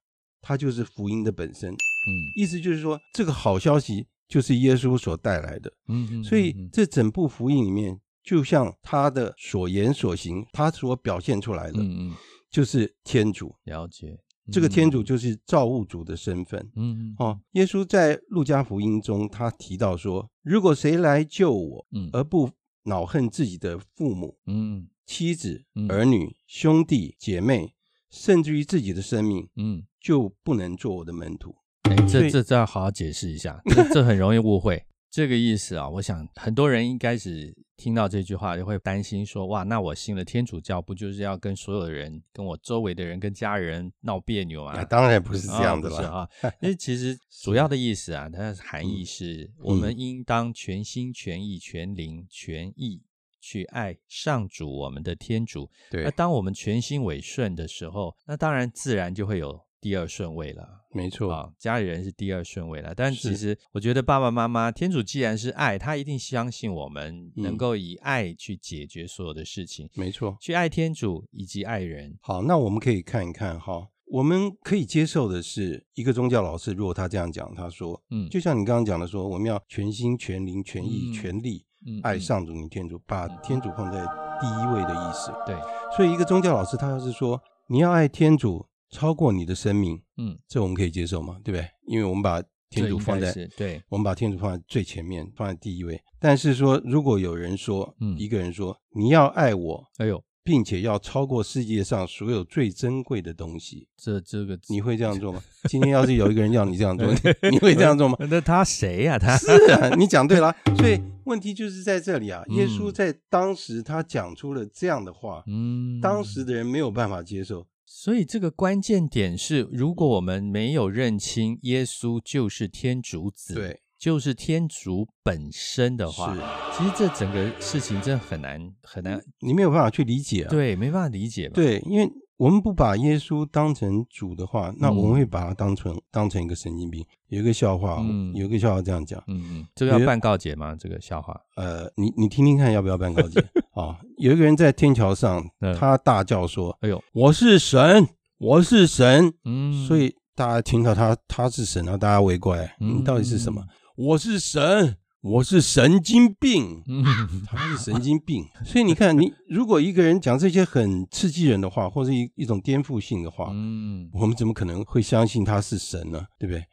B: 他就是福音的本身，
A: 嗯
B: 意思就是说，这个好消息就是耶稣所带来的。
A: 嗯嗯，
B: 所
A: 嗯
B: 以这整部福音里面，就像他的所言所行，他所表现出来的
A: 嗯嗯
B: 就是天主。
A: 了解，
B: 这个天
A: 嗯
B: 主就是造物主的身份。
A: 嗯嗯
B: 哦，耶稣在路加福音中，他提到说，如果谁来救我，
A: 嗯
B: 而不恼恨自己的父母、
A: 嗯
B: 妻子
A: 嗯、
B: 儿女、兄弟、姐妹，甚至于自己的生命，
A: 嗯，
B: 就不能做我的门徒。
A: 哎，
B: 所
A: 这
B: 以
A: 这这要好好解释一下，这这很容易误会这个意思啊。我想很多人一开始听到这句话就会担心说，哇，那我信了天主教，不就是要跟所有的人、跟我周围的人、跟家人闹别扭啊？
B: 啊，当然不是这样的
A: 啊不是
B: 啦。
A: 啊，那其实主要的意思啊，它的含义是我们应当全心全意、全灵全意去爱上主我们的天主。那
B: 对，
A: 当我们全心委顺的时候，那当然自然就会有第二顺位了。
B: 没错，
A: 啊，家里人是第二顺位了，但
B: 是
A: 其实我觉得爸爸妈妈，天主既然是爱，他一定相信我们
B: 嗯
A: 能够以爱去解决所有的事情，
B: 没错。
A: 去爱天主以及爱人。
B: 好，那我们可以看一看哈，我们可以接受的是一个宗教老师，如果他这样讲，他说，
A: 嗯，
B: 就像你刚刚讲的说，我们要全心、全灵、全意、
A: 嗯
B: 全力
A: 嗯
B: 爱
A: 嗯
B: 上主你天主，把天主放在第一位的意思。
A: 对，
B: 所以，一个宗教老师他要是说你要爱天主超过你的生命，
A: 嗯，
B: 这我们可以接受吗？对不对？因为我们把天
A: 这
B: 主
A: 应
B: 放
A: 该
B: 在
A: 是对，
B: 我们把天主放在最前面，放在第一位。但是说，如果有人说，
A: 嗯
B: 一个人说你要爱我，
A: 哎呦，
B: 并且要超过世界上所有最珍贵的东西，
A: 这这个
B: 你会这样做吗？今天要是有一个人要你这样做， 你你会这样做吗？
A: 那他谁呀、他
B: 是啊， 你讲对了。所以问题就是在这里啊。耶稣
A: 嗯
B: 在当时他讲出了这样的话，
A: 嗯，
B: 当时的人没有办法接受。
A: 所以这个关键点是，如果我们没有认清耶稣就是天主子，，
B: 对，
A: 就是天主本身的话，
B: 是
A: 其实这整个事情真的很难很难，
B: 你没有办法去理解啊。
A: 对，没办法理解嘛。，
B: 对，因为我们不把耶稣当成主的话，那
A: 嗯
B: 我们会把他当成当成一个神经病。有一个笑话，
A: 嗯
B: 有一个笑话这样讲，
A: 嗯嗯，这个要办告解吗？这个笑话，
B: 呃，你你听听看，要不要办告 解啊？有一个人在天桥上
A: 嗯，
B: 他大叫说
A: 哎呦，：“
B: 我是神，我是神！”
A: 嗯，
B: 所以大家听到他他是神，然后大家围过来，
A: 嗯
B: 你到底是什么？我是神，我是神经病。
A: 嗯，
B: 他是神经病，所以你看，你如果一个人讲这些很刺激人的话，或者一一种颠覆性的话，
A: 嗯
B: 我们怎么可能会相信他是神呢？对不对？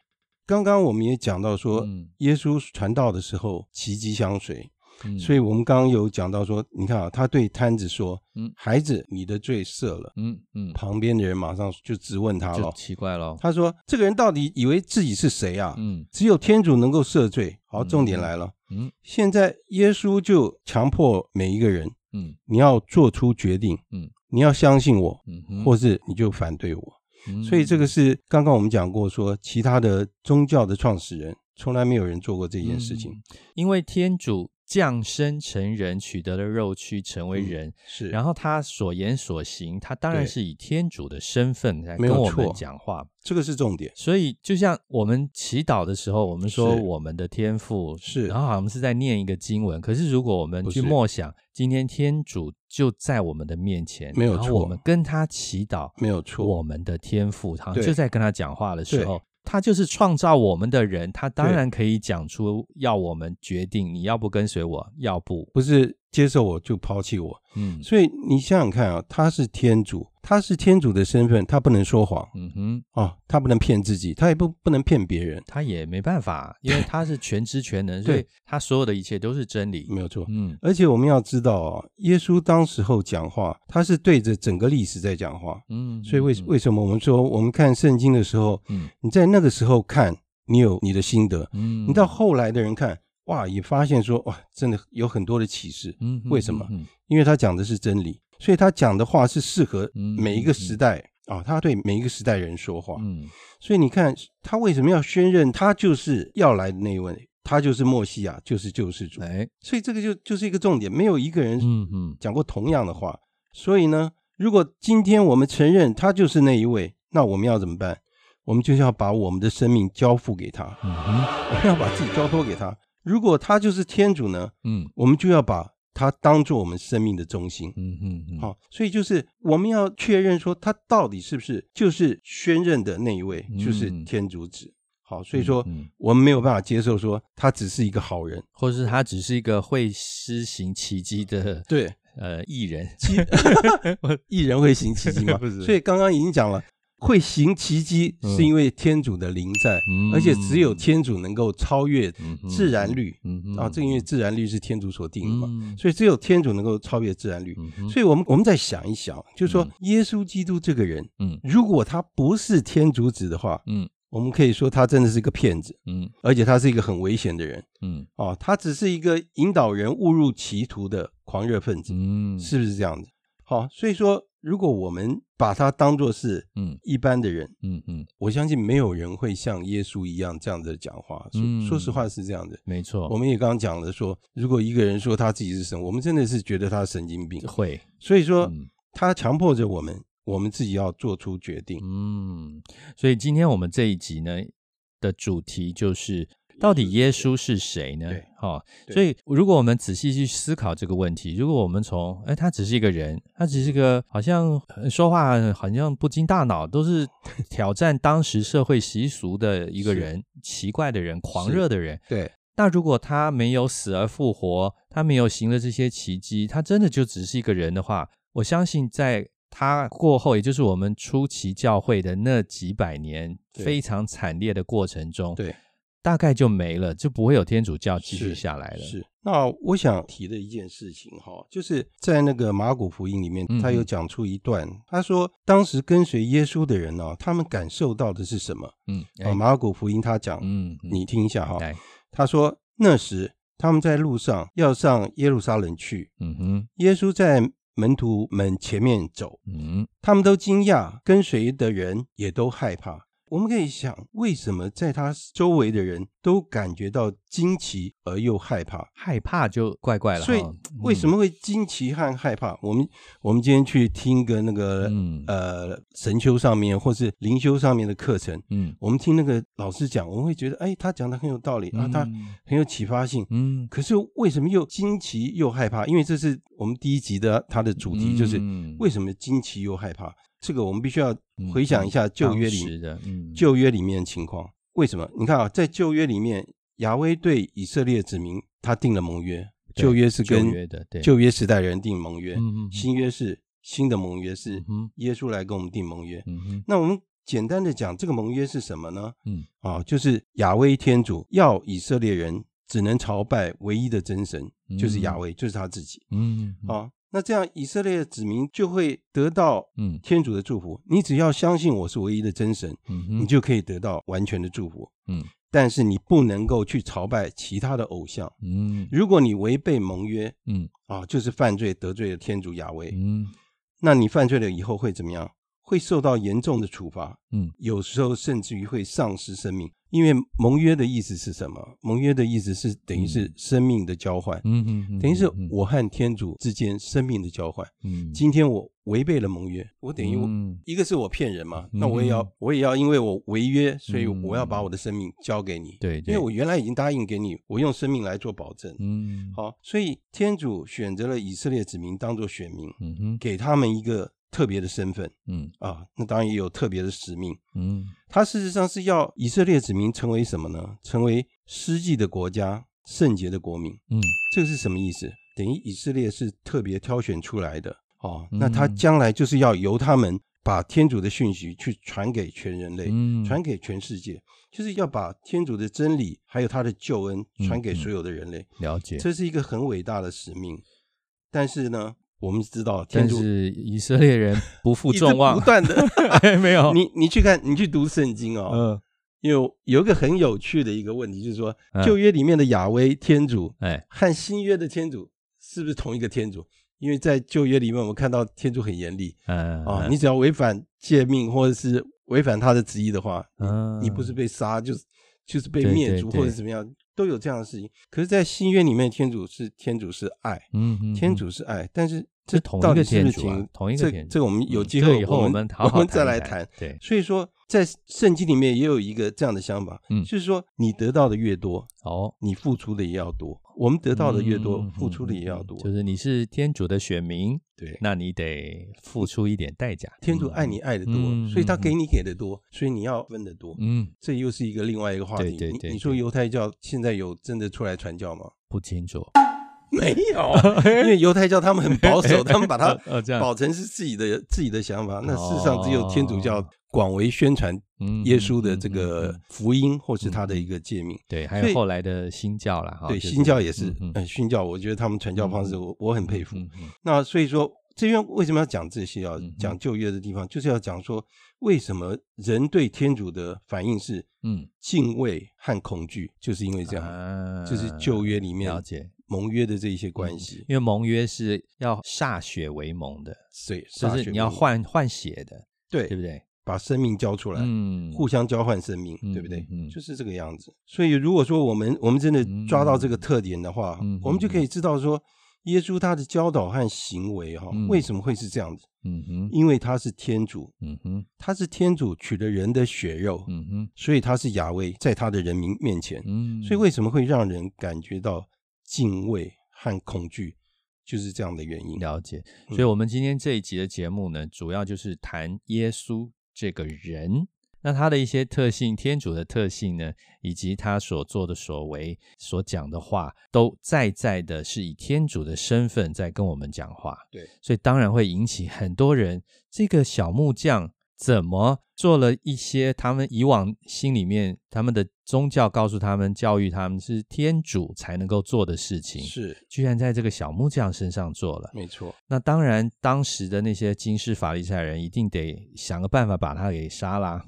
B: 刚刚我们也讲到说，
A: 嗯
B: 耶稣传道的时候奇迹相随，
A: 嗯，
B: 所
A: 以
B: 以我们刚刚有讲到说，你看啊，他对摊子说
A: 嗯：“
B: 孩子，你的罪赦了。
A: 嗯嗯”，
B: 旁边的人马上就质问他
A: 就
B: 了，
A: 奇怪咯。
B: 他说：“这个人到底以为自己是谁啊？
A: 嗯
B: 只有天主能够赦罪。”好，
A: 嗯
B: 重点来了，
A: 嗯
B: 现在耶稣就强迫每一个人，
A: 嗯
B: 你要做出决定，
A: 嗯，
B: 你要相信我，
A: 嗯哼，
B: 或是你就反对我。
A: 嗯
B: 所以这个是刚刚我们讲过说，其他的宗教的创始人从来没有人做过这件事情。
A: 嗯因为天主降生成人，取得了肉躯，成为人，
B: 嗯是，
A: 然
B: 后
A: 后他所言所行，他当然
B: 对
A: 是以天主的身份来
B: 没
A: 跟
B: 有
A: 我们
B: 错
A: 讲话。
B: 这个是重点，
A: 所以，就像我们祈祷的时候，我们说
B: 是
A: 我们的天赋
B: 是
A: 然后好像是在念一个经文。可是，如果我们
B: 不
A: 去
B: 是
A: 默想，今天天主就在我们的面前，
B: 没有
A: 然后
B: 错
A: 我们跟他祈祷，
B: 没有错。
A: 我们的天赋，好像
B: 对
A: 就在跟他讲话的时候，他就是创造我们的人，他当
B: 对
A: 然可以讲出要我们决定，你要不跟随我，要不，
B: 不是接受我就抛弃我，
A: 嗯
B: 所以你想想看啊，他是天主，他是天主的身份，他不能说谎
A: 嗯哼，
B: 哦，他不能骗自己，他也不不能骗别人，
A: 他也没办法，因为他是全知全 能，所以
B: 对
A: 他所有的一切都是真理。
B: 没有错。
A: 嗯
B: 而且我们要知道哦，耶稣当时候讲话，他是对着整个历史在讲话，
A: 嗯，
B: 所以为
A: 嗯
B: 为什么我们说我们看圣经的时候，
A: 嗯
B: 你在那个时候看，你有你的心得，
A: 嗯，
B: 你到后来的人看，哇，也发现说哇，真的有很多的启示，
A: 嗯哼
B: 为什么
A: 嗯
B: 因为他讲的是真理，所以他讲的话是适合
A: 嗯
B: 每一个时代啊、他对每一个时代人说话，
A: 嗯
B: 所以你看他为什么要宣认他就是要来的那一位，他就是墨西亚，就是救世主
A: 嗯，哎
B: 所以这个就就是一个重点，没有一个人
A: 嗯嗯
B: 讲过同样的话。所以呢，如果今天我们承认他就是那一位，那我们要怎么办？我们就是要把我们的生命交付给他，
A: 嗯哼
B: 我们要把自己交托给他。如果他就是天主呢，
A: 嗯
B: 我们就要把他当做我们生命的中心。
A: 嗯嗯嗯
B: 好、所以就是我们要确认说他到底是不是就是宣认的那一位，
A: 嗯
B: 就是天主子。好，所以说
A: 嗯嗯
B: 我们没有办法接受说他只是一个好人。
A: 或是他只是一个会施行奇迹的
B: 对，
A: 呃艺人，
B: 艺人会行奇迹吗
A: 不是？
B: 所以刚刚已经讲了，会行奇迹
A: 嗯
B: 是因为天主的灵在，
A: 嗯
B: 而且只有天主能够超越
A: 嗯哼
B: 自然律、
A: 嗯哼
B: 啊，正因为自然律是天主所定的嘛，
A: 嗯
B: 所以只有天主能够超越自然律。
A: 嗯哼
B: 所以我们我们再想一想，就是说
A: 嗯
B: 耶稣基督这个人，
A: 嗯
B: 如果他不是天主子的话，
A: 嗯
B: 我们可以说他真的是一个骗子，
A: 嗯
B: 而且他是一个很危险的人
A: 嗯
B: 哦，他只是一个引导人误入歧途的狂热分子。
A: 嗯
B: 是不是这样子？好，所以说，如果我们把它当做是
A: 嗯
B: 一般的人，
A: 嗯嗯，
B: 我相信没有人会像耶稣一样这样子讲话。说、
A: 嗯
B: 说实话是这样的。
A: 没错，
B: 我们也刚刚讲了说，如果一个人说他自己是神，我们真的是觉得他神经病。
A: 会
B: 所以说，
A: 嗯
B: 他强迫着我们，我们自己要做出决定。
A: 嗯，所以今天我们这一集呢的主题就是。到底耶稣是谁呢？
B: 对
A: 哦，
B: 对
A: 所以如果我们仔细去思考这个问题，如果我们从哎，他只是一个人，他只是一个好像呃说话好像不经大脑，都 是挑战当时社会习俗的一个
B: 是
A: 人，奇怪的人，狂
B: 是
A: 热的人，
B: 对，
A: 那如果他没有死而复活，他没有行了这些奇迹，他真的就只是一个人的话，我相信在他过后，也就是我们初期教会的那几百年
B: 对
A: 非常惨烈的过程中，
B: 对，
A: 大概就没了，就不会有天主教继续
B: 是
A: 下来了。
B: 是。那我想提的一件事情哈，就是在那个马古福音里面
A: 嗯，
B: 他有讲出一段，他说当时跟随耶稣的人呢、哦他们感受到的是什么？
A: 嗯，哎
B: 啊，马古福音他讲，
A: 嗯，嗯
B: 你听一下哈，
A: 来，
B: 他说那时他们在路上要上耶路撒冷去，
A: 嗯哼，
B: 耶稣在门徒们前面走，
A: 嗯
B: 他们都惊讶，跟随的人也都害怕。我们可以想，为什么在他周围的人都感觉到惊奇而又害怕？
A: 害怕就怪怪了哈。嗯
B: 所以为什
A: 么？
B: 么会惊奇和害怕？我们我们今天去听一个那个、
A: 嗯
B: 呃神修上面或是灵修上面的课程，
A: 嗯
B: 我们听那个老师讲，我们会觉得哎，他讲的很有道理啊，他
A: 嗯
B: 很有启发性。
A: 嗯，
B: 可是为什么又惊奇又害怕？因为这是我们第一集的它的主题，就是
A: 嗯
B: 为什么惊奇又害怕？这个我们必须要
A: 嗯
B: 回想一下旧约
A: 当
B: 里
A: 时的嗯
B: 旧约里面的情况。为什么？你看啊，在旧约里面，亚威对以色列子民他定了盟约，
A: 对
B: 旧约是
A: 旧
B: 跟
A: 约的对
B: 旧约时代人定盟约，
A: 嗯嗯嗯
B: 新约是新的盟约是
A: 嗯哼
B: 耶稣来跟我们定盟约。
A: 嗯哼
B: 那我们简单的讲，这个盟约是什么呢？
A: 嗯
B: 啊，就是亚威天主要以色列人只能朝拜唯一的真神，就是亚
A: 嗯
B: 威，就是他自己。
A: 嗯嗯
B: 啊，那这样以色列的子民就会得到
A: 嗯
B: 天主的祝福。你只要相信我是唯一的真神，
A: 嗯哼
B: 你就可以得到完全的祝福。
A: 嗯
B: 但是你不能够去朝拜其他的偶像。
A: 嗯
B: 如果你违背盟约
A: 嗯
B: 啊，就是犯罪得罪了天主亚威，
A: 嗯
B: 那你犯罪了以后会怎么样？会受到严重的处罚，
A: 嗯，
B: 有时候甚至于会丧失生命。因为盟约的意思是什么？盟约的意思是等于是
A: 嗯
B: 生命的交换，
A: 嗯嗯，
B: 等于是
A: 嗯
B: 我和天主之间生命的交换。
A: 嗯
B: 今天我违背了盟约，我等于我、
A: 嗯
B: 一个是我骗人嘛，
A: 嗯
B: 那我也要我也要因为我违约，所以
A: 嗯
B: 我要把我的生命交给你。
A: 对对
B: 因为我原来已经答应给你，我用生命来做保证。
A: 嗯
B: 好，所以天主选择了以色列子民当做选民，
A: 嗯哼
B: 给他们一个特别的身份
A: 嗯
B: 啊，那当然也有特别的使命。
A: 嗯
B: 他事实上是要以色列子民成为什么呢？成为施祭的国家，圣洁的国民。
A: 嗯
B: 这个是什么意思？等于以色列是特别挑选出来的哦，那他
A: 嗯
B: 将来就是要由他们把天主的讯息去传给全人类，
A: 嗯
B: 传给全世界，就是要把天主的真理还有他的救恩传给
A: 嗯
B: 所有的人类，
A: 了解。
B: 这是一个很伟大的使命。但是呢，我们知道天
A: 但
B: 主
A: 是以色列人不负
B: 一直
A: 众望
B: 不，断的
A: 哎没有，
B: 你你去看，你去读圣经哦，
A: 嗯，
B: 因为有一个很有趣的一个问题，就是说
A: 嗯
B: 旧约里面的亚威天主
A: 哎，
B: 和新约的天主是不是同一个天主？因为在旧约里面，我们看到天主很严厉
A: 嗯，
B: 啊，
A: 嗯
B: 你只要违反诫命或者是违反他的旨意的话，你
A: 嗯
B: 你不是被杀就是就是被
A: 对
B: 灭
A: 对
B: 族
A: 对
B: 或者怎么样，都有这样的事情。可是，在新约里面，天主是天主是爱，
A: 嗯嗯，
B: 天
A: 嗯
B: 主是爱，但是
A: 是
B: 这
A: 同
B: 到
A: 一
B: 底
A: 个
B: 是不
A: 天
B: 是
A: 主啊
B: 挺，
A: 同一个
B: 这
A: 天主，
B: 这个我们有
A: 嗯
B: 机
A: 这
B: 会
A: 个以后我
B: 我
A: 们
B: 们
A: 好
B: 我
A: 好
B: 们再来
A: 一
B: 谈。
A: 对，
B: 所以说，在圣经里面也有一个这样的想法，
A: 嗯
B: 就是说你得到的越多，
A: 哦，
B: 你付出的也要多。我们得到的越多，
A: 嗯
B: 付出的也要
A: 嗯嗯
B: 多。
A: 就是你是天主的选民，
B: 对，
A: 那你得付出一点代价。
B: 天主
A: 嗯
B: 爱你，爱的多，
A: 嗯
B: 所以他
A: 嗯
B: 给你给的多，所以你要分的多。
A: 嗯，
B: 这又是一个另外一个话题。
A: 对对对
B: 你你说犹太教现在有真的出来传教 吗？
A: 不清楚，
B: 没 有，因为犹太教他们很 保守，他们把它
A: 呃 这样
B: 保存是自己的自己的想法。那事实上，只有天主教广为宣传
A: 哦嗯
B: 耶稣的
A: 嗯
B: 这
A: 嗯嗯
B: 个
A: 嗯
B: 福音，或是他的一个诫命。
A: 对，还
B: 所
A: 有
B: 以
A: 后来的新教啦，哈，
B: 对，
A: 啊就
B: 新教也是
A: 嗯，嗯
B: 嗯，新教我觉得他们传教方式，
A: 嗯
B: 我我很佩服。
A: 嗯嗯
B: 那所以说，这边为什么要讲这些啊
A: 嗯嗯？
B: 讲旧约的地方，就是要讲说为什么人对天主的反应是
A: 嗯
B: 敬畏和恐惧，就是因为这样，
A: 啊
B: 就是旧约里面
A: 了解，嗯
B: 盟约的这一些关系。
A: 因为盟约是要歃血为盟的，
B: 所以
A: 就
B: 歃
A: 是
B: 血
A: 你要
B: 为盟
A: 换换血的，
B: 对
A: 对不对？
B: 把生命交出来，
A: 嗯，
B: 互相交换生命，
A: 嗯
B: 对不对？
A: 嗯嗯
B: 就是这个样子。所以如果说我们我们真的抓到这个
A: 嗯
B: 特点的话，
A: 嗯嗯
B: 我们就可以知道说，耶稣他的教导和行为哈、
A: 嗯
B: 为什么会是这样子？
A: 嗯哼，
B: 因为他是天主，
A: 嗯哼，
B: 他是天主取了人的血肉，
A: 嗯哼，
B: 所以他是雅威，在他的人民面前，
A: 嗯，
B: 所以为什么会让人感觉到敬畏和恐惧，就是这样的原因。
A: 了解，所以，
B: 嗯
A: 我们今天这一集的节目呢，主要就是谈耶稣这个人，那他的一些特性，天主的特性呢，以及他所做的所为、所讲的话，都在在的是以天主的身份在跟我们讲话。
B: 对，
A: 所以当然会引起很多人，这个小木匠怎么做了一些他们以往心里面他们的宗教告诉他们、教育他们是天主才能够做的事情。
B: 是
A: 居然在这个小木匠身上做了，
B: 没错，
A: 那当然，当时的那些金氏法利赛人一定得想个办法把他给杀 啦，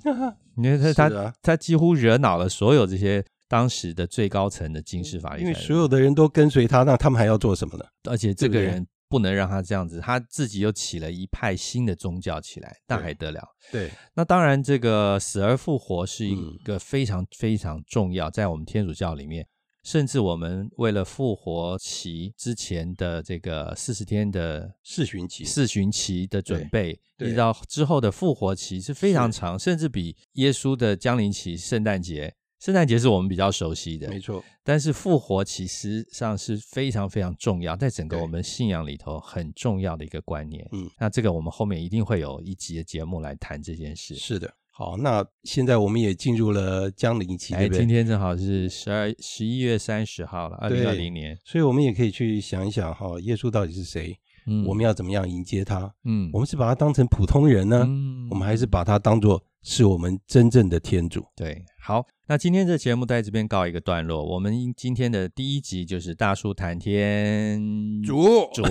A: 因为他
B: 是
A: 他、
B: 啊
A: 他几乎惹恼了所有这些当时的最高层的金氏法利
B: 因
A: 赛
B: 为
A: 人，
B: 所有的人都跟随他，那他们还要做什么呢？
A: 而且这个
B: 对不对
A: 人不能让他这样子，他自己又起了一派新的宗教起来，那
B: 对
A: 还得了？
B: 对，
A: 那当然，这个死而复活是一
B: 嗯
A: 个非常非常重要，在我们天主教里面，甚至我们为了复活期之前的这个四十天的
B: 四旬期
A: 四旬期的准备，一
B: 对
A: 直到之后的复活期是非常
B: 是
A: 长，甚至比耶稣的降临期、圣诞节，圣诞节是我们比较熟悉的，
B: 没错，
A: 但是复活其实上是非常非常重要，在整个
B: 对
A: 我们信仰里头很重要的一个观念。
B: 嗯，
A: 那这个我们后面一定会有一集的节目来谈这件事。
B: 是的。好，那现在我们也进入了江陵期，
A: 哎，
B: 对不
A: 今
B: 对？
A: 天正好是十二十一月三十号了，二
B: 对
A: 零二零年。
B: 所以我们也可以去想一想哈，耶稣到底是谁？
A: 嗯
B: 我们要怎么样迎接他？
A: 嗯
B: 我们是把他当成普通人呢，
A: 嗯
B: 我们还是把他当做是我们真正的天主？
A: 对，好，那今天这节目在这边告一个段落。我们今天的第一集就是大叔谈天
B: 主
A: 嗯 主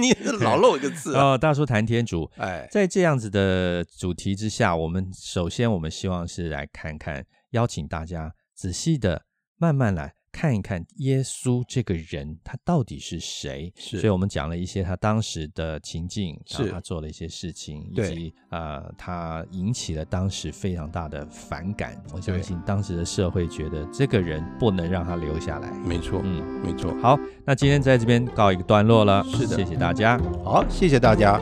B: 你老漏一个字啊！
A: 哦，大叔谈天主。
B: 哎，
A: 在这样子的主题之下，我们首先我们希望是来看看，邀请大家仔细的、慢慢来看一看耶稣这个人他到底是谁。
B: 是
A: 所以我们讲了一些他当时的情境，然后
B: 是
A: 他做了一些事情，以
B: 对
A: 及呃，他引起了当时非常大的反感。我相
B: 对
A: 信当时的社会觉得这个人不能让他留下来。
B: 没错，
A: 嗯，
B: 没错。
A: 好，那今天在这边告一个段落了，
B: 是的
A: 谢谢大家。
B: 好，谢谢大家。